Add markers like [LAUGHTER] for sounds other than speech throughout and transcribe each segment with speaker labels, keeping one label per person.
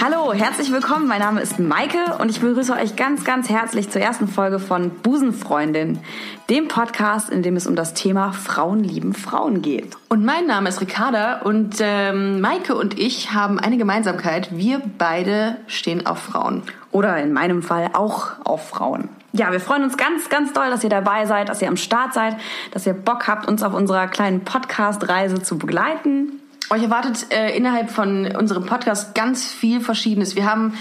Speaker 1: Hallo, herzlich willkommen. Mein Name ist Maike und ich begrüße euch ganz, ganz herzlich zur ersten Folge von Busenfreundin, dem Podcast, in dem es um das Thema Frauen lieben Frauen geht.
Speaker 2: Und mein Name ist Ricarda und ähm, Maike und ich haben eine Gemeinsamkeit. Wir beide stehen auf Frauen.
Speaker 1: Oder in meinem Fall auch auf Frauen. Ja, wir freuen uns ganz, ganz doll, dass ihr dabei seid, dass ihr am Start seid, dass ihr Bock habt, uns auf unserer kleinen Podcast-Reise zu begleiten.
Speaker 2: Euch erwartet äh, innerhalb von unserem Podcast ganz viel Verschiedenes. Wir haben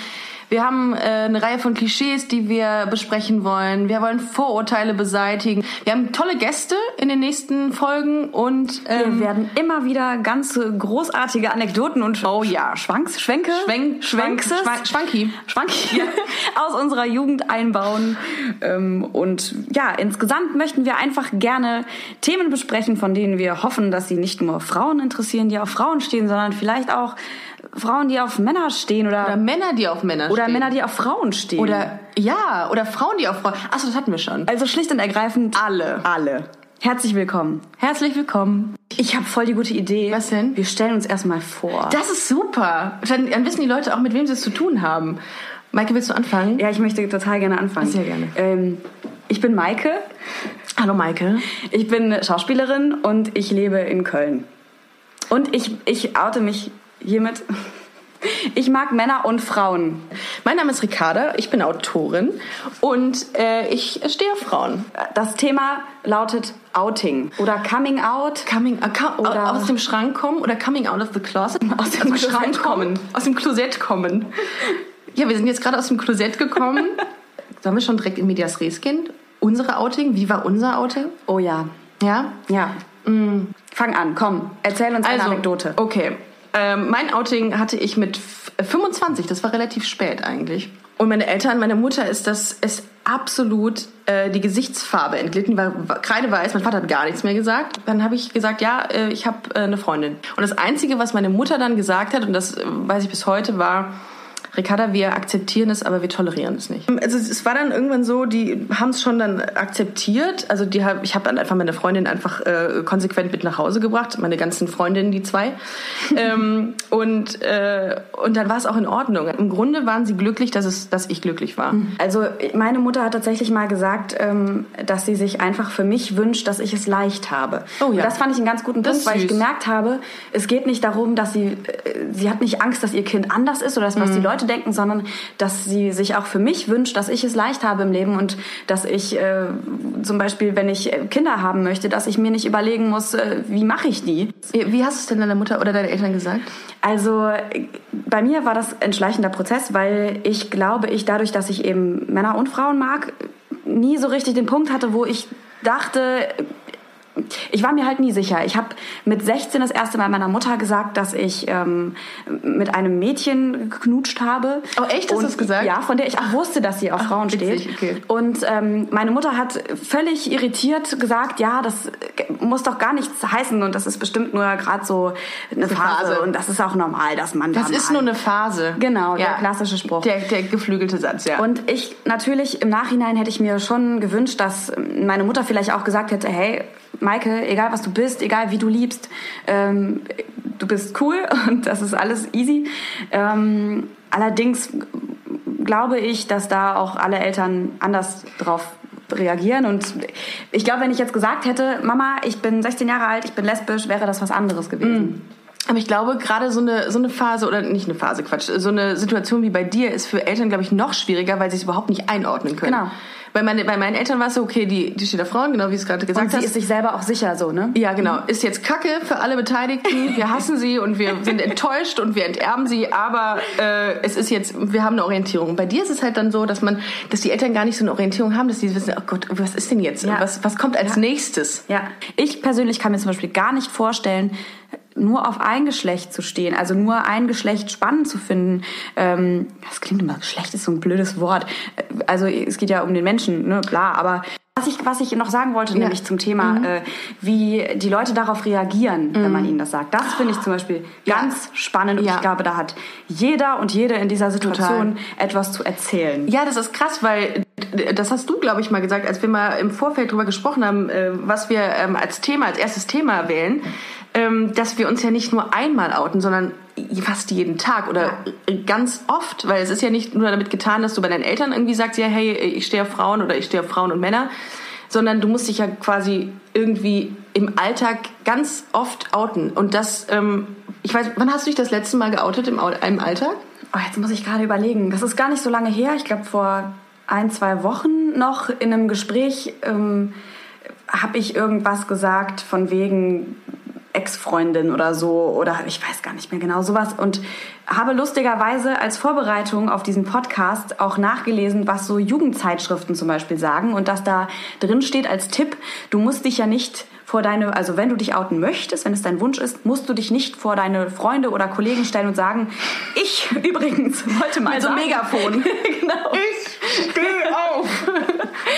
Speaker 2: wir haben äh, eine Reihe von Klischees, die wir besprechen wollen. Wir wollen Vorurteile beseitigen. Wir haben tolle Gäste in den nächsten Folgen und
Speaker 1: Wir
Speaker 2: ähm,
Speaker 1: werden immer wieder ganz äh, großartige Anekdoten und
Speaker 2: Oh ja.
Speaker 1: Schwanks, Schwenke,
Speaker 2: Schwenk-
Speaker 1: Schwankses,
Speaker 2: Schwank- Schwanki.
Speaker 1: Schwanki [LAUGHS] aus unserer Jugend einbauen. Ähm, Und ja, insgesamt möchten wir einfach gerne Themen besprechen, von denen wir hoffen, dass sie nicht nur Frauen interessieren, die auf Frauen stehen, sondern vielleicht auch Frauen, die auf Männer stehen
Speaker 2: oder
Speaker 1: oder,
Speaker 2: Männer, die auf Männer
Speaker 1: oder
Speaker 2: stehen.
Speaker 1: Männer, die auf Frauen stehen.
Speaker 2: oder ja, oder Frauen, die auf Frauen. Achso, das hatten wir schon.
Speaker 1: also schlicht und ergreifend
Speaker 2: Alle.
Speaker 1: alle. Herzlich willkommen.
Speaker 2: Herzlich willkommen.
Speaker 1: Ich habe voll die gute Idee.
Speaker 2: Was denn?
Speaker 1: Wir stellen uns erstmal vor.
Speaker 2: Das ist super. Dann, dann wissen die Leute auch, mit wem sie es zu tun haben. Maike, willst du anfangen?
Speaker 1: Ja, ich möchte total gerne anfangen.
Speaker 2: Sehr gerne.
Speaker 1: Ähm, ich bin Maike,
Speaker 2: Hallo Maike.
Speaker 1: ich bin Schauspielerin und ich lebe in Köln. Und ich, ich oute mich hiermit. [LAUGHS] Ich mag Männer und Frauen.
Speaker 2: Mein Name ist Ricarda, ich bin Autorin und äh, ich stehe auf Frauen.
Speaker 1: Das Thema lautet Outing oder Coming Out.
Speaker 2: Coming äh, co-
Speaker 1: Oder-
Speaker 2: aus dem Schrank kommen oder coming out of the closet.
Speaker 1: [LAUGHS] Aus dem Klosett kommen.
Speaker 2: Aus dem Klosett kommen. Ja, wir sind jetzt gerade aus dem
Speaker 1: [LAUGHS]
Speaker 2: Klosett gekommen. Sollen wir schon direkt in Medias Res gehen? Unsere Outing? Wie war unser Outing?
Speaker 1: Oh ja,
Speaker 2: Ja?
Speaker 1: ja. Fang an, komm, erzähl uns
Speaker 2: Also,
Speaker 1: eine Anekdote.
Speaker 2: Okay. Ähm, mein Outing hatte ich mit f- 25, das war relativ spät eigentlich. Und meine Eltern, meine Mutter ist das ist absolut äh, die Gesichtsfarbe entglitten, weil kreideweiß, mein Vater hat gar nichts mehr gesagt. Dann habe ich gesagt, ja, äh, ich habe äh, eine Freundin. Und das Einzige, was meine Mutter dann gesagt hat, und das äh, weiß ich bis heute, war, Ricarda, wir akzeptieren es, aber wir tolerieren es nicht. Also es es war dann irgendwann so, die haben es schon dann akzeptiert. Also die hab, ich habe dann einfach meine Freundin einfach äh, konsequent mit nach Hause gebracht, meine ganzen Freundinnen, die [LAUGHS] zwei. ähm, und, äh, und dann war es auch in Ordnung. Im Grunde waren sie glücklich, dass, es, dass ich glücklich war.
Speaker 1: Also meine Mutter hat tatsächlich mal gesagt, ähm, dass sie sich einfach für mich wünscht, dass ich es leicht habe.
Speaker 2: Oh ja.
Speaker 1: Und das fand ich einen ganz guten
Speaker 2: Das
Speaker 1: Punkt,
Speaker 2: ist
Speaker 1: weil ich
Speaker 2: süß.
Speaker 1: gemerkt habe, es geht nicht darum, dass sie, äh, sie hat nicht Angst, dass ihr Kind anders ist oder dass was die
Speaker 2: Mhm.
Speaker 1: Leute denken, sondern dass sie sich auch für mich wünscht, dass ich es leicht habe im Leben und dass ich äh, zum Beispiel, wenn ich äh, Kinder haben möchte, dass ich mir nicht überlegen muss, äh, wie mache ich die.
Speaker 2: Wie hast du es denn deiner Mutter oder deinen Eltern gesagt?
Speaker 1: Also äh, bei mir war das ein schleichender Prozess, weil ich glaube, ich dadurch, dass ich eben Männer und Frauen mag, nie so richtig den Punkt hatte, wo ich dachte, ich war mir halt nie sicher. Ich habe mit 16 das erste Mal meiner Mutter gesagt, dass ich ähm, mit einem Mädchen geknutscht habe.
Speaker 2: Oh, echt? Hast
Speaker 1: Und-
Speaker 2: du das gesagt?
Speaker 1: Ja, von der ich auch wusste, dass sie auf Frauen
Speaker 2: witzig,
Speaker 1: steht.
Speaker 2: okay.
Speaker 1: Und ähm, meine Mutter hat völlig irritiert gesagt, ja, das äh, muss doch gar nichts heißen und das ist bestimmt nur gerade so eine Phase.
Speaker 2: Phase.
Speaker 1: und das ist auch normal, dass man
Speaker 2: Das
Speaker 1: da
Speaker 2: ist
Speaker 1: mal-
Speaker 2: nur eine Phase.
Speaker 1: Genau, der klassische Spruch.
Speaker 2: Der, der geflügelte Satz, ja.
Speaker 1: und ich natürlich im Nachhinein hätte ich mir schon gewünscht, dass meine Mutter vielleicht auch gesagt hätte, hey, Maike, egal was du bist, egal wie du liebst, ähm, du bist cool [LAUGHS] und das ist alles easy. Ähm, allerdings glaube ich, dass da auch alle Eltern anders drauf reagieren und ich glaube, wenn ich jetzt gesagt hätte, Mama, ich bin 16 Jahre alt, ich bin lesbisch, wäre das was anderes gewesen.
Speaker 2: Aber ich glaube, gerade so eine, so eine Phase, oder nicht eine Phase, Quatsch, so eine Situation wie bei dir ist für Eltern, glaube ich, noch schwieriger, weil sie es überhaupt nicht einordnen können.
Speaker 1: Genau.
Speaker 2: Bei, meine, bei meinen Eltern war es so, okay, die, die steht auf Frauen, genau wie du es gerade gesagt
Speaker 1: Und sie
Speaker 2: hast.
Speaker 1: ist sich selber auch sicher so, ne?
Speaker 2: ja, genau. Ist jetzt Kacke für alle Beteiligten. Wir hassen sie und wir sind enttäuscht und wir enterben sie. Aber äh, es ist jetzt, wir haben eine Orientierung. Bei dir ist es halt dann so, dass man, dass die Eltern gar nicht so eine Orientierung haben, dass sie wissen, oh Gott, was ist denn jetzt?
Speaker 1: Ja.
Speaker 2: Was, was kommt als nächstes?
Speaker 1: Ja, ich persönlich kann mir zum Beispiel gar nicht vorstellen, nur auf ein Geschlecht zu stehen, also nur ein Geschlecht spannend zu finden. Ähm, das klingt immer, Geschlecht ist so ein blödes Wort. Äh, Also es geht ja um den Menschen, ne, klar, aber Was ich, was ich noch sagen wollte, nämlich zum Thema, äh, wie die Leute darauf reagieren, wenn man ihnen das sagt. Das finde ich zum Beispiel ganz spannend und
Speaker 2: Ja.
Speaker 1: ich glaube, da hat jeder und jede in dieser Situation etwas zu erzählen.
Speaker 2: Ja, das ist krass, weil äh, das hast du, glaube ich, mal gesagt, als wir mal im Vorfeld drüber gesprochen haben, äh, was wir ähm, als Thema, als erstes Thema wählen, ähm, dass wir uns ja nicht nur einmal outen, sondern fast jeden Tag oder äh, ganz oft, weil es ist ja nicht nur damit getan, dass du bei deinen Eltern irgendwie sagst, ja, hey, ich stehe auf Frauen oder ich stehe auf Frauen und Männer, sondern du musst dich ja quasi irgendwie im Alltag ganz oft outen. Und das, ähm, ich weiß, wann hast du dich das letzte Mal geoutet im, Au- im Alltag?
Speaker 1: Oh, jetzt muss ich gerade überlegen. Das ist gar nicht so lange her. Ich glaube, vor ein, zwei Wochen noch in einem Gespräch ähm, habe ich irgendwas gesagt von wegen Ex-Freundin oder so. Oder ich weiß gar nicht mehr genau sowas. Und habe lustigerweise als Vorbereitung auf diesen Podcast auch nachgelesen, was so Jugendzeitschriften zum Beispiel sagen. Und dass da drin steht als Tipp, du musst dich ja nicht vor deine, also wenn du dich outen möchtest, wenn es dein Wunsch ist, musst du dich nicht vor deine Freunde oder Kollegen stellen und sagen, ich [LAUGHS] übrigens wollte mal
Speaker 2: Also
Speaker 1: sagen, [LAUGHS]
Speaker 2: Megafon.
Speaker 1: genau.
Speaker 2: Ich stehe auf.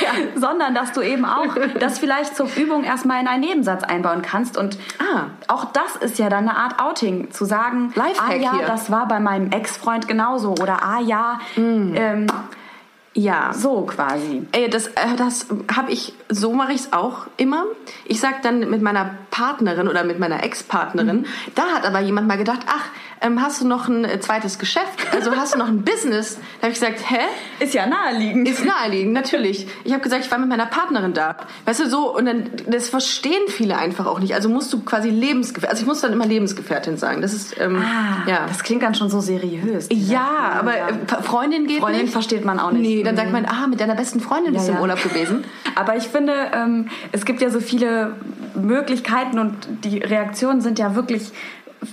Speaker 1: ja, sondern dass du eben
Speaker 2: [LAUGHS]
Speaker 1: auch das vielleicht zur Übung erstmal in einen Nebensatz einbauen kannst und
Speaker 2: Ah.
Speaker 1: auch das ist ja dann eine Art Outing, zu sagen,
Speaker 2: Lifehack
Speaker 1: ah ja,
Speaker 2: hier.
Speaker 1: das war bei meinem Ex-Freund genauso oder ah ja,
Speaker 2: Mm.
Speaker 1: ähm,
Speaker 2: Ja.
Speaker 1: so quasi.
Speaker 2: Ey, das, äh, das habe ich, so mache ich es auch immer. Ich sag dann mit meiner Partnerin oder mit meiner Ex-Partnerin, da hat aber jemand mal gedacht, ach, ähm, hast du noch ein äh, zweites Geschäft? Also hast du noch ein Business? Da habe ich gesagt, hä?
Speaker 1: Ist ja naheliegend.
Speaker 2: Ist naheliegend, natürlich. Ich habe gesagt, ich war mit meiner Partnerin da. Weißt du, so, und dann, das verstehen viele einfach auch nicht. Also musst du quasi Lebensgefährtin, also ich muss dann immer Lebensgefährtin sagen. Das ist, ähm,
Speaker 1: ah,
Speaker 2: ja.
Speaker 1: das klingt dann schon so seriös. ne?
Speaker 2: Ja, aber
Speaker 1: Ja.
Speaker 2: äh, Freundin geht
Speaker 1: Freundin
Speaker 2: nicht.
Speaker 1: versteht man auch nicht.
Speaker 2: Nee, dann sagt man, ah, mit deiner besten Freundin bist du
Speaker 1: ja.
Speaker 2: im Urlaub gewesen. [LAUGHS]
Speaker 1: Aber ich finde, ähm, es gibt ja so viele Möglichkeiten und die Reaktionen sind ja wirklich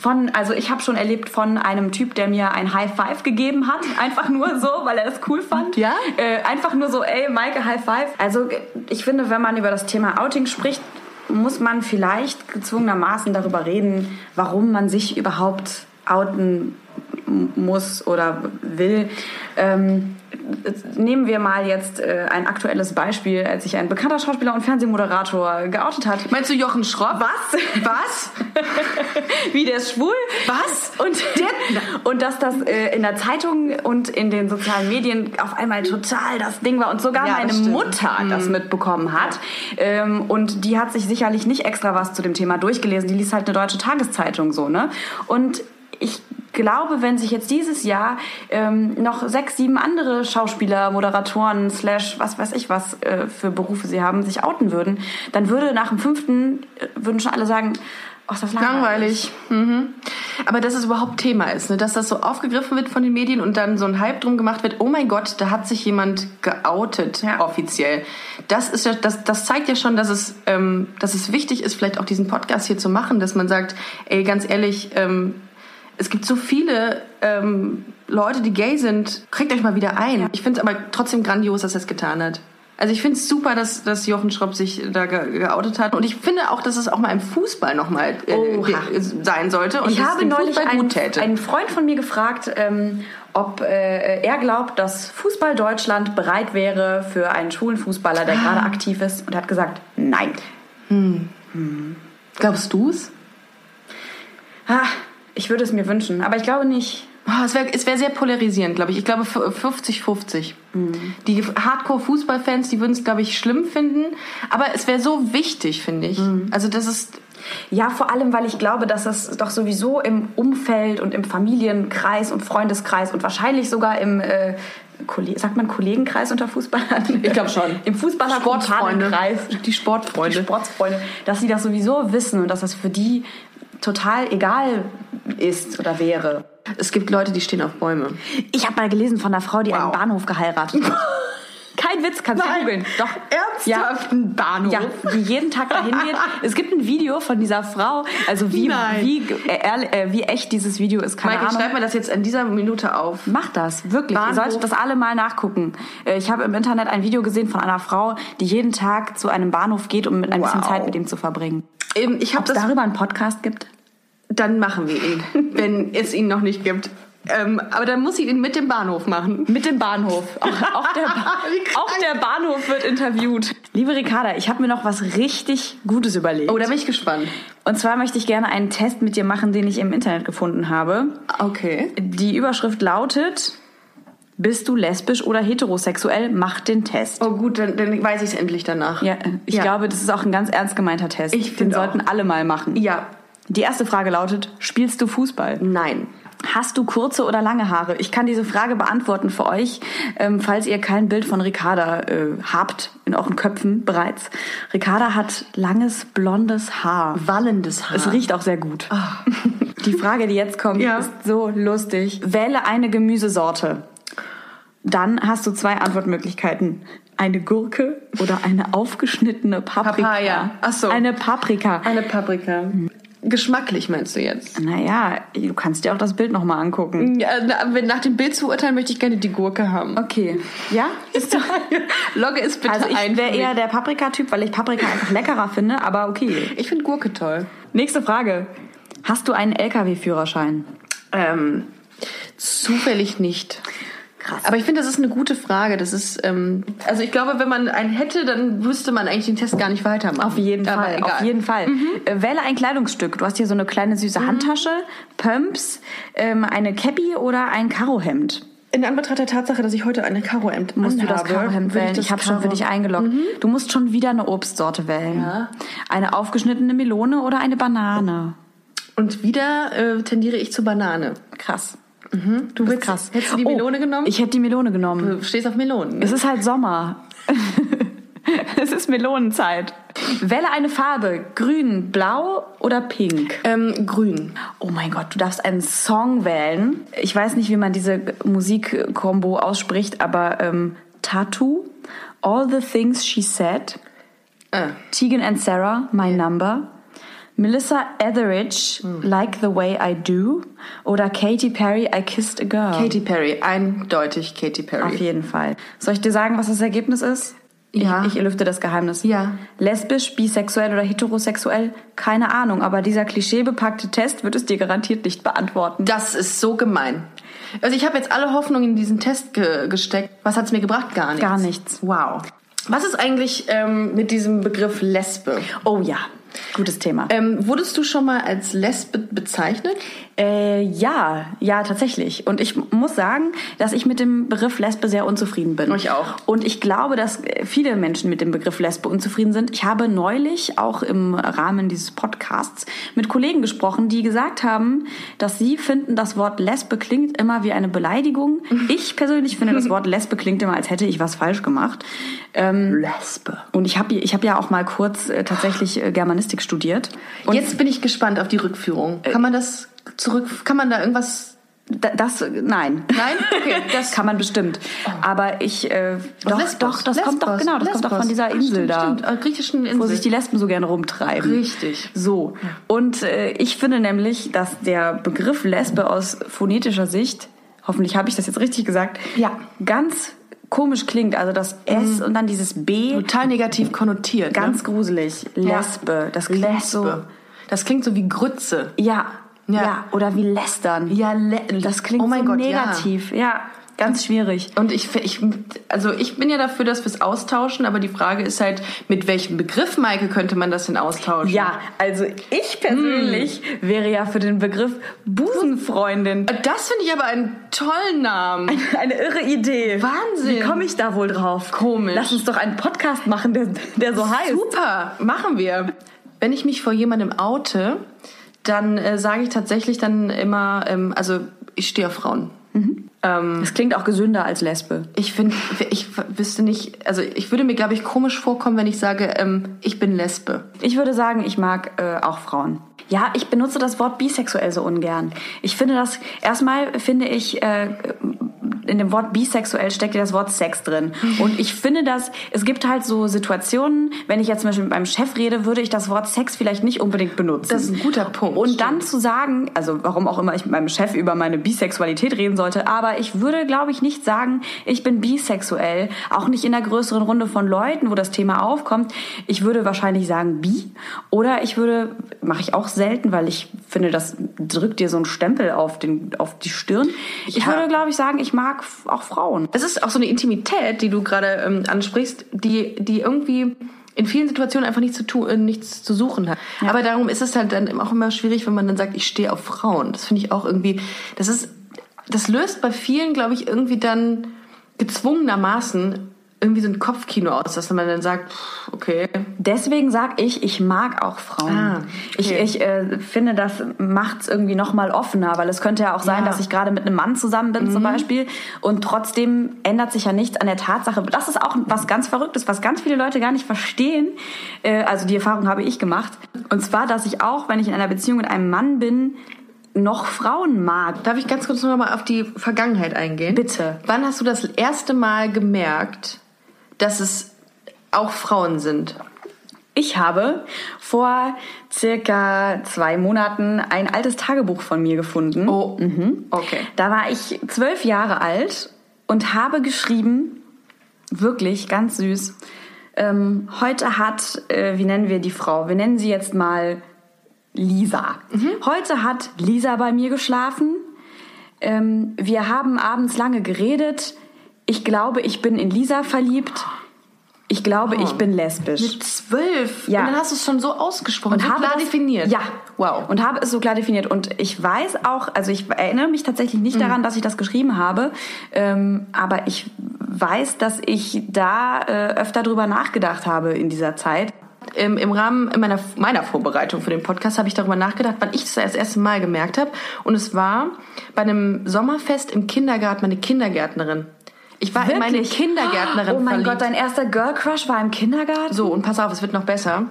Speaker 1: von, also ich habe schon erlebt von einem Typ, der mir ein High Five gegeben hat, [LAUGHS] einfach nur so, weil er das cool fand.
Speaker 2: Ja?
Speaker 1: Äh, einfach nur so, ey, Maike, High Five. Also ich finde, wenn man über das Thema Outing spricht, muss man vielleicht gezwungenermaßen darüber reden, warum man sich überhaupt outen m- muss oder will. Ähm, nehmen wir mal jetzt äh, ein aktuelles Beispiel, als sich ein bekannter Schauspieler und Fernsehmoderator geoutet hat.
Speaker 2: Meinst du Jochen Schropp?
Speaker 1: Was?
Speaker 2: Was?
Speaker 1: Wie der ist schwul?
Speaker 2: Was?
Speaker 1: Und,
Speaker 2: [LAUGHS]
Speaker 1: und dass das äh, in der Zeitung und in den sozialen Medien auf einmal total das Ding war und sogar
Speaker 2: Ja,
Speaker 1: meine
Speaker 2: das stimmt. Mhm.
Speaker 1: Mutter das mitbekommen hat. Ähm, und die hat sich sicherlich nicht extra was zu dem Thema durchgelesen. Die liest halt eine deutsche Tageszeitung so, ne? Und ich glaube, wenn sich jetzt dieses Jahr ähm, noch sechs, sieben andere Schauspieler, Moderatoren, slash was weiß ich was äh, für Berufe sie haben, sich outen würden, dann würde nach dem fünften, äh, würden schon alle sagen, ach, das ist langweilig.
Speaker 2: Langweilig. Mhm. Aber dass es überhaupt Thema ist, ne? dass das so aufgegriffen wird von den Medien und dann so ein Hype drum gemacht wird, oh mein Gott, da hat sich jemand geoutet
Speaker 1: Ja.
Speaker 2: offiziell. Das, ist ja, das, das zeigt ja schon, dass es, ähm, dass es wichtig ist, vielleicht auch diesen Podcast hier zu machen, dass man sagt, ey, ganz ehrlich, ähm, es gibt so viele ähm, Leute, die gay sind, kriegt euch mal wieder ein. Ich finde es aber trotzdem grandios, dass er es getan hat. Also ich finde es super, dass, dass Jochen Schropp sich da ge geoutet hat. Und ich finde auch, dass es auch mal im Fußball nochmal äh,
Speaker 1: Oha.
Speaker 2: ge- sein sollte. Und
Speaker 1: ich
Speaker 2: dass es
Speaker 1: habe
Speaker 2: dem
Speaker 1: neulich
Speaker 2: Fußball
Speaker 1: einen,
Speaker 2: gut täte.
Speaker 1: einen Freund von mir gefragt, ähm, ob äh, er glaubt, dass Fußball Deutschland bereit wäre für einen schwulen Fußballer, der gerade aktiv ist, und hat gesagt, nein.
Speaker 2: Glaubst du es?
Speaker 1: Ah, ich würde es mir wünschen, aber ich glaube nicht.
Speaker 2: Oh, es wäre es wär sehr polarisierend, glaube ich. Ich glaube 50-50. Die Hardcore-Fußballfans, die würden es, glaube ich, schlimm finden. Aber es wäre so wichtig, finde ich. Also das ist
Speaker 1: Ja, vor allem, weil ich glaube, dass das doch sowieso im Umfeld und im Familienkreis und Freundeskreis und wahrscheinlich sogar im, äh, Kolle- sagt man Kollegenkreis unter Fußballern?
Speaker 2: Ich glaub schon.
Speaker 1: Im Fußballer
Speaker 2: Sportfreunde. Die
Speaker 1: Die
Speaker 2: Sportfreunde.
Speaker 1: Sportsfreunde, dass sie das sowieso wissen und dass das für die total egal ist oder wäre.
Speaker 2: Es gibt Leute, die stehen auf Bäume.
Speaker 1: Ich habe mal gelesen von einer Frau, die
Speaker 2: Wow.
Speaker 1: einen Bahnhof geheiratet
Speaker 2: [LAUGHS]
Speaker 1: hat. Kein Witz, kannst du googeln. Doch.
Speaker 2: ein Bahnhof.
Speaker 1: Ja, die jeden Tag dahin geht. Es gibt ein Video von dieser Frau. Also wie,
Speaker 2: Nein.
Speaker 1: wie, äh, ehrlich- äh, wie echt dieses Video ist, keine
Speaker 2: Michael,
Speaker 1: Ahnung.
Speaker 2: schreib mir das jetzt in dieser Minute auf.
Speaker 1: Macht das, wirklich.
Speaker 2: Bahnhof.
Speaker 1: Ihr solltet das alle mal nachgucken. Äh, Ich habe im Internet ein Video gesehen von einer Frau, die jeden Tag zu einem Bahnhof geht, um ein bisschen
Speaker 2: Wow.
Speaker 1: Zeit mit ihm zu verbringen.
Speaker 2: Ähm, Ich habe
Speaker 1: Ob es
Speaker 2: das.
Speaker 1: darüber einen Podcast gibt? [LAUGHS]
Speaker 2: Dann machen wir ihn, wenn es ihn noch nicht gibt. Ähm, aber dann muss ich ihn mit dem Bahnhof machen.
Speaker 1: Mit dem Bahnhof. [LAUGHS] Auch, auch, der, Ba-
Speaker 2: [LAUGHS] Wie krank.
Speaker 1: auch der Bahnhof wird interviewt. Liebe Ricarda, ich habe mir noch was richtig Gutes überlegt.
Speaker 2: Oh, da bin ich gespannt.
Speaker 1: Und zwar möchte ich gerne einen Test mit dir machen, den ich im Internet gefunden habe.
Speaker 2: Okay.
Speaker 1: Die Überschrift lautet: Bist du lesbisch oder heterosexuell? Mach den Test.
Speaker 2: Oh gut, dann, dann weiß ich es endlich danach.
Speaker 1: Ja, ich glaube, das ist auch ein ganz ernst gemeinter Test.
Speaker 2: Ich
Speaker 1: den
Speaker 2: find auch.
Speaker 1: sollten alle mal machen.
Speaker 2: Ja.
Speaker 1: Die erste Frage lautet: Spielst du Fußball?
Speaker 2: Nein.
Speaker 1: Hast du kurze oder lange Haare? Ich kann diese Frage beantworten für euch, ähm, falls ihr kein Bild von Ricarda äh, habt in euren Köpfen bereits. Ricarda hat langes blondes Haar.
Speaker 2: Wallendes Haar.
Speaker 1: Es riecht auch sehr gut. [LAUGHS] Die Frage, die jetzt kommt,
Speaker 2: Ah. Ja.
Speaker 1: ist so lustig. Wähle eine Gemüsesorte. Dann hast du zwei Antwortmöglichkeiten. Eine Gurke oder eine aufgeschnittene Paprika.
Speaker 2: Papaya. Ach so.
Speaker 1: Eine Paprika.
Speaker 2: Eine Paprika.
Speaker 1: Mhm.
Speaker 2: Geschmacklich meinst du jetzt?
Speaker 1: Naja, du kannst dir auch das Bild nochmal angucken.
Speaker 2: Ja, na, wenn nach dem Bild zu urteilen, möchte ich gerne die Gurke haben.
Speaker 1: Okay. Ja? Ist [LAUGHS] doch
Speaker 2: Logge ist bitte
Speaker 1: Also
Speaker 2: ein.
Speaker 1: ich wäre
Speaker 2: für mich.
Speaker 1: eher der Paprika-Typ, weil ich Paprika einfach leckerer finde, aber okay.
Speaker 2: ich finde Gurke toll.
Speaker 1: Nächste Frage. Hast du einen LKW-Führerschein?
Speaker 2: Ähm, zufällig nicht.
Speaker 1: Krass.
Speaker 2: Aber ich finde, das ist eine gute Frage. Das ist, ähm, also ich glaube, wenn man einen hätte, dann wüsste man eigentlich den Test gar nicht weitermachen.
Speaker 1: Auf jeden
Speaker 2: Aber
Speaker 1: Fall,
Speaker 2: Egal. Mhm.
Speaker 1: auf jeden Fall. Äh, wähle ein Kleidungsstück. Du hast hier so eine kleine süße Handtasche, Pumps, ähm, eine Cappy oder ein Karohemd.
Speaker 2: In Anbetracht der Tatsache, dass ich heute eine Karohemd
Speaker 1: Musst du
Speaker 2: anhabe,
Speaker 1: das Karohemd
Speaker 2: würde
Speaker 1: wählen?
Speaker 2: das
Speaker 1: Ich habe schon für
Speaker 2: Karo- Mhm.
Speaker 1: dich eingeloggt. Du musst schon wieder eine Obstsorte wählen.
Speaker 2: Ja.
Speaker 1: Eine aufgeschnittene Melone oder eine Banane.
Speaker 2: Und wieder äh, tendiere ich zur Banane.
Speaker 1: Krass. Du
Speaker 2: Mhm. Bist-
Speaker 1: bist krass. Oh,
Speaker 2: hättest du die Melone genommen?
Speaker 1: Ich hätte die Melone genommen.
Speaker 2: Du stehst auf Melonen. ne?
Speaker 1: Es ist halt Sommer. [LAUGHS] es ist Melonenzeit. Wähle eine Farbe. Grün, blau oder pink?
Speaker 2: Ähm, grün.
Speaker 1: Oh mein Gott, du darfst einen Song wählen. Ich weiß nicht, wie man diese Musikkombo ausspricht, aber ähm, Tattoo, All the Things She Said,
Speaker 2: Ah.
Speaker 1: Tegan and Sarah, My Number, Melissa Etheridge,
Speaker 2: Hm.
Speaker 1: Like the Way I Do oder Katy Perry, I Kissed a Girl.
Speaker 2: Katy Perry. Eindeutig Katy Perry.
Speaker 1: Auf jeden Fall. Soll ich dir sagen, was das Ergebnis ist?
Speaker 2: Ja.
Speaker 1: Ich, ich lüfte das Geheimnis.
Speaker 2: Ja.
Speaker 1: Lesbisch, bisexuell oder heterosexuell? Keine Ahnung, aber dieser klischeebepackte Test wird es dir garantiert nicht beantworten.
Speaker 2: Das ist so gemein. Also ich habe jetzt alle Hoffnungen in diesen Test ge gesteckt. Was hat's mir gebracht? Gar nichts.
Speaker 1: Gar nichts.
Speaker 2: Wow. Was ist eigentlich ähm, mit diesem Begriff Lesbe?
Speaker 1: Oh ja, gutes Thema.
Speaker 2: Ähm, wurdest du schon mal als Lesbe bezeichnet?
Speaker 1: Äh, ja, ja, tatsächlich. Und ich muss sagen, dass ich mit dem Begriff Lesbe sehr unzufrieden bin.
Speaker 2: Ich auch.
Speaker 1: Und ich glaube, dass äh, viele Menschen mit dem Begriff Lesbe unzufrieden sind. Ich habe neulich auch im Rahmen dieses Podcasts mit Kollegen gesprochen, die gesagt haben, dass sie finden, das Wort Lesbe klingt immer wie eine
Speaker 2: [LAUGHS]
Speaker 1: Beleidigung. Ich persönlich finde, das Wort Lesbe klingt immer, als hätte ich was falsch gemacht. Ähm,
Speaker 2: Lesbe.
Speaker 1: und ich habe ich hab ja auch mal kurz äh, tatsächlich äh, Germanistik studiert. Und Äh,
Speaker 2: Jetzt bin ich gespannt auf die Rückführung. Kann man das zurück? Kann man da irgendwas?
Speaker 1: Da- Das,
Speaker 2: [LAUGHS]
Speaker 1: nein. [LAUGHS]
Speaker 2: Nein? Okay, das-
Speaker 1: das kann man bestimmt. Aber ich, äh, doch,
Speaker 2: Oh. Lesbos,
Speaker 1: doch, das kommt doch,
Speaker 2: Lesbos,
Speaker 1: genau, das kommt doch
Speaker 2: Lesbos.
Speaker 1: von dieser
Speaker 2: Ach,
Speaker 1: Insel
Speaker 2: stimmt,
Speaker 1: da.
Speaker 2: Stimmt, äh, griechischen Insel.
Speaker 1: Wo sich die Lesben so gerne rumtreiben.
Speaker 2: Richtig.
Speaker 1: So. Und äh, ich finde nämlich, dass der Begriff Lesbe aus phonetischer Sicht, hoffentlich habe ich das jetzt richtig gesagt,
Speaker 2: Ja. Mhm.
Speaker 1: ganz komisch klingt. Also das S und dann dieses B,
Speaker 2: total negativ konnotiert.
Speaker 1: ganz
Speaker 2: ne?
Speaker 1: gruselig. Lesbe, das klingt
Speaker 2: Lesbe.
Speaker 1: so.
Speaker 2: Das klingt so wie Grütze.
Speaker 1: Ja,
Speaker 2: Ja.
Speaker 1: ja, Oder wie lästern.
Speaker 2: Ja,
Speaker 1: Das klingt
Speaker 2: oh mein
Speaker 1: so
Speaker 2: Gott, Ja.
Speaker 1: negativ. Ja. ja, ganz schwierig.
Speaker 2: Und ich, fi- ich, also ich bin ja dafür, dass wir es austauschen, aber die Frage ist halt, mit welchem Begriff, Maike, könnte man das denn austauschen?
Speaker 1: Ja, also ich persönlich wäre ja für den Begriff Busenfreundin.
Speaker 2: Das finde ich aber einen tollen Namen.
Speaker 1: [LAUGHS] Eine irre Idee.
Speaker 2: Wahnsinn.
Speaker 1: Wie komme ich da wohl drauf?
Speaker 2: Komisch.
Speaker 1: Lass uns doch einen Podcast machen, der, der so heißt.
Speaker 2: Super, machen wir. Wenn ich mich vor jemandem oute, dann äh, sage ich tatsächlich dann immer, ähm, also ich stehe auf Frauen. Ähm,
Speaker 1: Das klingt auch gesünder als Lesbe.
Speaker 2: ich finde, ich wüsste nicht, also ich würde mir, glaube ich, komisch vorkommen, wenn ich sage, ähm, ich bin Lesbe.
Speaker 1: Ich würde sagen, ich mag äh, auch Frauen. Ja, ich benutze das Wort bisexuell so ungern. Ich finde das, erstmal finde ich, äh, in dem Wort bisexuell steckt ja das Wort Sex [LAUGHS] drin. Und ich finde das, es gibt halt so Situationen, wenn ich jetzt zum Beispiel mit meinem Chef rede, würde ich das Wort Sex vielleicht nicht unbedingt benutzen.
Speaker 2: Das ist ein guter Punkt,
Speaker 1: Und
Speaker 2: stimmt.
Speaker 1: dann zu sagen, also warum auch immer ich mit meinem Chef über meine Bisexualität reden sollte, aber ich würde, glaube ich, nicht sagen, ich bin bisexuell. Auch nicht in einer größeren Runde von Leuten, wo das Thema aufkommt. Ich würde wahrscheinlich sagen bi oder ich würde, mache ich auch selten, weil ich finde, dass drückt dir so einen Stempel auf, den, auf die Stirn. Ich würde, glaube ich, sagen, ich mag f- auch Frauen.
Speaker 2: Es ist auch so eine Intimität, die du gerade ähm, ansprichst, die, die irgendwie in vielen Situationen einfach nichts zu tun, äh, nichts zu suchen hat. Aber darum ist es halt dann auch immer schwierig, wenn man dann sagt, ich stehe auf Frauen. Das finde ich auch irgendwie, das ist, das löst bei vielen, glaube ich, irgendwie dann gezwungenermaßen irgendwie so ein Kopfkino aus, dass man dann sagt, pff, okay,
Speaker 1: Deswegen sag ich, ich mag auch Frauen.
Speaker 2: Ah, okay.
Speaker 1: Ich, ich äh, finde, das macht's irgendwie noch mal offener, weil es könnte ja auch sein,
Speaker 2: Ja. Mhm.
Speaker 1: dass ich gerade mit einem Mann zusammen bin zum Beispiel und trotzdem ändert sich ja nichts an der Tatsache. Das ist auch was ganz Verrücktes, was ganz viele Leute gar nicht verstehen. Äh, also die Erfahrung habe ich gemacht. Und zwar, dass ich auch, wenn ich in einer Beziehung mit einem Mann bin, noch Frauen mag.
Speaker 2: Darf ich ganz kurz nochmal auf die Vergangenheit eingehen?
Speaker 1: Bitte.
Speaker 2: Wann hast du das erste Mal gemerkt, dass es auch Frauen sind?
Speaker 1: Ich habe vor circa zwei Monaten ein altes Tagebuch von mir gefunden.
Speaker 2: Oh, okay.
Speaker 1: Da war ich zwölf Jahre alt und habe geschrieben, wirklich ganz süß. Ähm, heute hat, äh, wie nennen wir die Frau? Wir nennen sie jetzt mal Lisa.
Speaker 2: Mhm.
Speaker 1: Heute hat Lisa bei mir geschlafen. Ähm, wir haben abends lange geredet. Ich glaube, ich bin in Lisa verliebt. Ich glaube, ich bin lesbisch.
Speaker 2: Oh. Mit zwölf?
Speaker 1: Ja.
Speaker 2: Und dann hast du es schon so ausgesprochen so klar
Speaker 1: das-
Speaker 2: definiert?
Speaker 1: Ja,
Speaker 2: Wow.
Speaker 1: Und habe es so klar definiert. Und ich weiß auch, also ich erinnere mich tatsächlich nicht
Speaker 2: Mhm.
Speaker 1: daran, dass ich das geschrieben habe, ähm, aber ich weiß, dass ich da äh, öfter drüber nachgedacht habe in dieser Zeit.
Speaker 2: im, im Rahmen meiner, meiner Vorbereitung für den Podcast habe ich darüber nachgedacht, wann ich das das erste Mal gemerkt habe. Und es war bei einem Sommerfest im Kindergarten, meine Kindergärtnerin. Ich war in meine
Speaker 1: Wirklich?
Speaker 2: Kindergärtnerin
Speaker 1: Oh mein
Speaker 2: verliebt.
Speaker 1: Gott, dein erster Girl Crush war im Kindergarten?
Speaker 2: So, und pass auf, es wird noch besser.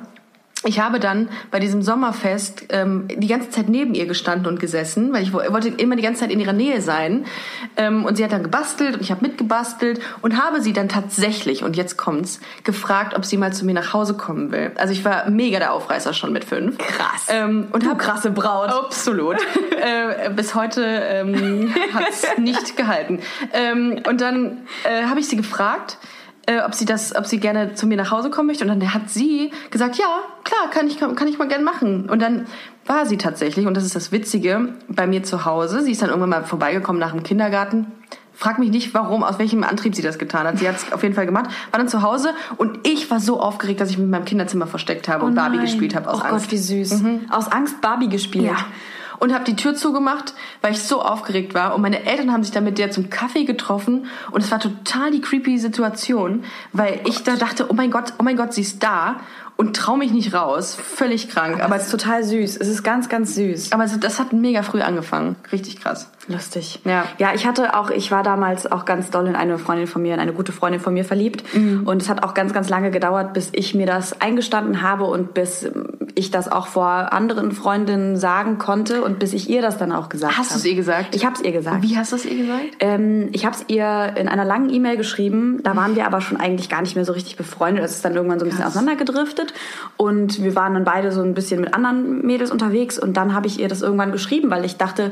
Speaker 2: Ich habe dann bei diesem Sommerfest ähm, die ganze Zeit neben ihr gestanden und gesessen, weil ich wo- wollte immer die ganze Zeit in ihrer Nähe sein. Ähm, und sie hat dann gebastelt und ich habe mitgebastelt und habe sie dann tatsächlich, und jetzt kommt's, gefragt, ob sie mal zu mir nach Hause kommen will. Also ich war mega der Aufreißer schon mit fünf.
Speaker 1: Krass.
Speaker 2: Ähm, und habe
Speaker 1: Äh, krasse Braut.
Speaker 2: Oh Absolut. [LAUGHS] äh, bis heute ähm, hat es nicht gehalten. Ähm, und dann äh, habe ich sie gefragt, äh, ob sie das, ob sie gerne zu mir nach Hause kommen möchte. Und dann hat sie gesagt, ja, klar, kann ich, kann ich mal gern machen. Und dann war sie tatsächlich, und das ist das Witzige, bei mir zu Hause. Sie ist dann irgendwann mal vorbeigekommen nach dem Kindergarten. Frag mich nicht, warum, aus welchem Antrieb sie das getan hat. Sie hat es auf jeden Fall gemacht, war dann zu Hause und ich war so aufgeregt, dass ich mich in meinem Kinderzimmer versteckt habe und Barbie gespielt habe aus
Speaker 1: oh
Speaker 2: Angst. Mhm.
Speaker 1: Gott, wie süß. Aus Angst Barbie gespielt.
Speaker 2: Ja. Und habe die Tür zugemacht, weil ich so aufgeregt war. Und meine Eltern haben sich dann mit der zum Kaffee getroffen. Und es war total die creepy Situation, weil ich da dachte, oh mein Gott, oh mein Gott, sie ist da und trau mich nicht raus. Völlig krank.
Speaker 1: Aber
Speaker 2: Aber,
Speaker 1: es ist total süß. Es ist ganz, ganz süß.
Speaker 2: aber das hat mega früh angefangen. Richtig krass.
Speaker 1: Lustig.
Speaker 2: Ja.
Speaker 1: ja, ich hatte auch, ich war damals auch ganz doll in eine Freundin von mir, in eine gute Freundin von mir verliebt.
Speaker 2: Mhm.
Speaker 1: Und es hat auch ganz, ganz lange gedauert, bis ich mir das eingestanden habe und bis ähm, ich das auch vor anderen Freundinnen sagen konnte und bis ich ihr das dann auch gesagt habe.
Speaker 2: Hast du es ihr gesagt?
Speaker 1: Ich habe es ihr gesagt.
Speaker 2: Wie hast du es ihr gesagt?
Speaker 1: Ähm, ich habe es ihr in einer langen E-Mail geschrieben. Da waren wir aber schon eigentlich gar nicht mehr so richtig befreundet. Es ist dann irgendwann so ein bisschen auseinandergedriftet. Und wir waren dann beide so ein bisschen mit anderen Mädels unterwegs. Und dann habe ich ihr das irgendwann geschrieben, weil ich dachte,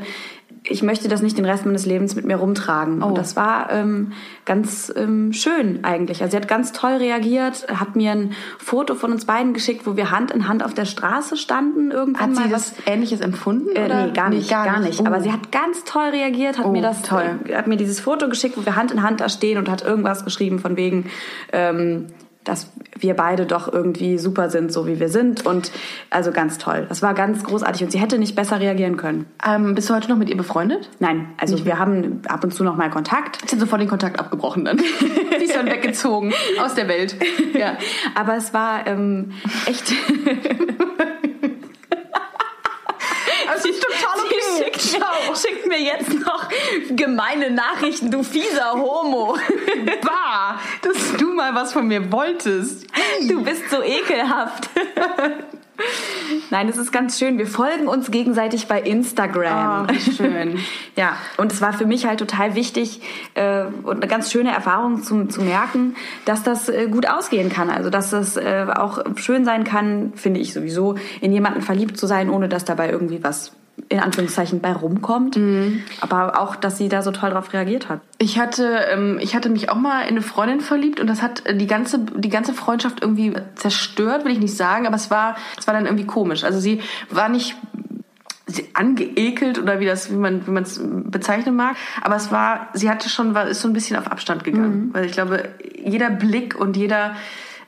Speaker 1: ich möchte das nicht den Rest meines Lebens mit mir rumtragen.
Speaker 2: Oh.
Speaker 1: Und das war ähm, ganz ähm, schön eigentlich. Also sie hat ganz toll reagiert, hat mir ein Foto von uns beiden geschickt, wo wir Hand in Hand auf der Straße standen. Irgendwann
Speaker 2: Hat
Speaker 1: mal
Speaker 2: sie
Speaker 1: was
Speaker 2: was Ähnliches empfunden?
Speaker 1: äh,
Speaker 2: oder?
Speaker 1: nee, gar nicht, gar nicht.
Speaker 2: Oh.
Speaker 1: Aber sie hat ganz toll reagiert, hat
Speaker 2: Oh,
Speaker 1: mir das,
Speaker 2: toll.
Speaker 1: äh, hat mir dieses Foto geschickt, wo wir Hand in Hand da stehen und hat irgendwas geschrieben von wegen, ähm, dass wir beide doch irgendwie super sind, so wie wir sind und also ganz toll. Das war ganz großartig und sie hätte nicht besser reagieren können.
Speaker 2: ähm, bist du heute noch mit ihr befreundet?
Speaker 1: Nein, also wir haben ab und zu noch mal Kontakt.
Speaker 2: Ich habe sofort den Kontakt abgebrochen dann. [LAUGHS] sie ist dann weggezogen aus der [LAUGHS] Welt. Ja.
Speaker 1: Aber es war ähm, [LAUGHS] echt.
Speaker 2: Also ist total
Speaker 1: Sie schickt, mir, schickt Oh, mir jetzt noch gemeine Nachrichten, du fieser [LAUGHS] Homo.
Speaker 2: Bah, dass du mal was von mir wolltest.
Speaker 1: Du bist so ekelhaft. Nein, es ist ganz schön. Wir folgen uns gegenseitig bei Instagram.
Speaker 2: Ah, wie schön.
Speaker 1: [LAUGHS] ja, und es war für mich halt total wichtig äh, und eine ganz schöne Erfahrung zu, zu merken, dass das äh, gut ausgehen kann. Also, dass das äh, auch schön sein kann, finde ich sowieso, in jemanden verliebt zu sein, ohne dass dabei irgendwie was in Anführungszeichen bei rumkommt.
Speaker 2: Mhm.
Speaker 1: Aber auch, dass sie da so toll drauf reagiert hat.
Speaker 2: Ich hatte, ähm, ich hatte mich auch mal in eine Freundin verliebt und das hat äh, die ganze, die ganze Freundschaft irgendwie zerstört, will ich nicht sagen, aber es war, es war dann irgendwie komisch. Also sie war nicht, sie angeekelt oder wie das wie man wie man es bezeichnen mag aber es war sie hatte schon war ist so ein bisschen auf Abstand gegangen weil ich glaube jeder Blick und jeder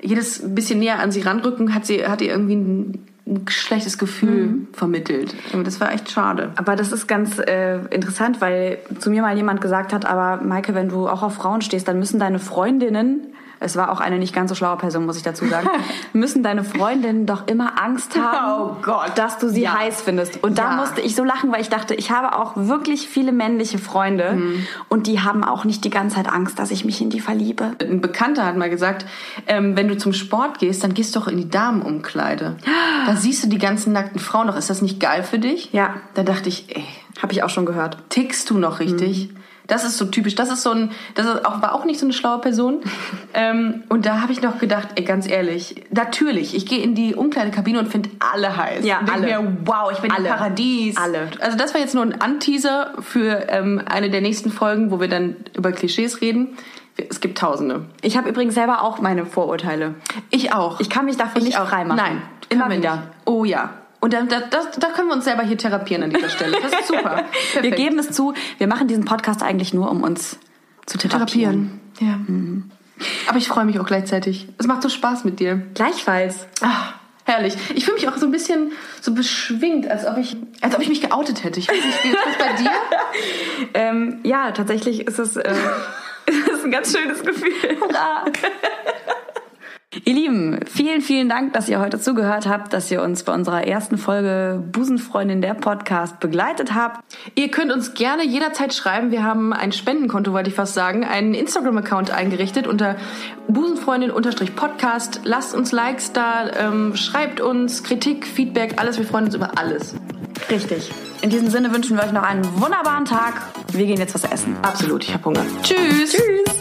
Speaker 2: jedes bisschen näher an sie ranrücken hat sie hat ihr irgendwie ein, ein schlechtes Gefühl vermittelt Und das war echt schade
Speaker 1: Aber das ist ganz äh, interessant, weil zu mir mal jemand gesagt hat, aber Maike, wenn du auch auf Frauen stehst, dann müssen deine Freundinnen, es war auch eine nicht ganz so schlaue Person, muss ich dazu
Speaker 2: [LAUGHS]
Speaker 1: sagen, müssen deine Freundinnen doch immer Angst haben,
Speaker 2: Oh Gott.
Speaker 1: dass du sie
Speaker 2: Ja.
Speaker 1: heiß findest. Und da
Speaker 2: Ja.
Speaker 1: musste ich so lachen, weil ich dachte, ich habe auch wirklich viele männliche Freunde
Speaker 2: Mhm.
Speaker 1: und die haben auch nicht die ganze Zeit Angst, dass ich mich in die verliebe.
Speaker 2: ein Bekannter hat mal gesagt, ähm, wenn du zum Sport gehst, dann gehst doch in
Speaker 1: [GASPS]
Speaker 2: die Damenumkleide. Da siehst du die ganzen nackten Frauen noch. Ist das nicht geil für dich?
Speaker 1: Ja.
Speaker 2: Da dachte ich, ey,
Speaker 1: Habe ich auch schon gehört. Mhm.
Speaker 2: tickst du noch richtig? Das ist so typisch. Das ist so ein, das ist auch, war auch nicht so eine schlaue Person.
Speaker 1: [LAUGHS]
Speaker 2: ähm, und da habe ich noch gedacht, ey, ganz ehrlich, natürlich, ich gehe in die Umkleidekabine und finde alle heiß.
Speaker 1: Ja,
Speaker 2: und denk
Speaker 1: alle.
Speaker 2: Mir, wow, ich bin
Speaker 1: Alle.
Speaker 2: im Paradies.
Speaker 1: Alle.
Speaker 2: Also das war jetzt nur ein Anteaser für ähm, eine der nächsten Folgen, wo wir dann über Klischees reden. Es gibt Tausende.
Speaker 1: Ich habe übrigens selber auch meine Vorurteile.
Speaker 2: Ich auch.
Speaker 1: Ich kann mich davon nicht
Speaker 2: auch.
Speaker 1: freimachen.
Speaker 2: Nein,
Speaker 1: Immer
Speaker 2: immer wieder.
Speaker 1: wieder.
Speaker 2: Oh ja. Und da, da, das, da können wir uns selber hier therapieren an dieser Stelle. Das ist [LAUGHS] super.
Speaker 1: Wir
Speaker 2: Perfekt.
Speaker 1: geben es zu, wir machen diesen Podcast eigentlich nur, um uns zu therapieren.
Speaker 2: therapieren. Ja. Mhm. Aber ich freue mich auch gleichzeitig. Es macht so Spaß mit dir.
Speaker 1: Gleichfalls.
Speaker 2: Ah, herrlich. Ich fühle mich auch so ein bisschen so beschwingt, als ob ich, als ob ich mich geoutet hätte. Ich weiß nicht, wie ist das bei dir?
Speaker 1: Ähm, ja, tatsächlich ist es, äh, [LAUGHS] ist es ein ganz schönes Gefühl. Hurra! [LAUGHS] Ihr Lieben, vielen, vielen Dank, dass ihr heute zugehört habt, dass ihr uns bei unserer ersten Folge Busenfreundin der Podcast begleitet habt.
Speaker 2: Ihr könnt uns gerne jederzeit schreiben. Wir haben ein Spendenkonto, wollte ich fast sagen, einen Instagram-Account eingerichtet unter busenfreundin-podcast. Lasst uns Likes da, ähm, schreibt uns Kritik, Feedback, alles. Wir freuen uns über alles.
Speaker 1: Richtig. In diesem Sinne wünschen wir euch noch einen wunderbaren Tag. Wir gehen jetzt was essen.
Speaker 2: Absolut, ich habe Hunger. Tschüss.
Speaker 1: Tschüss!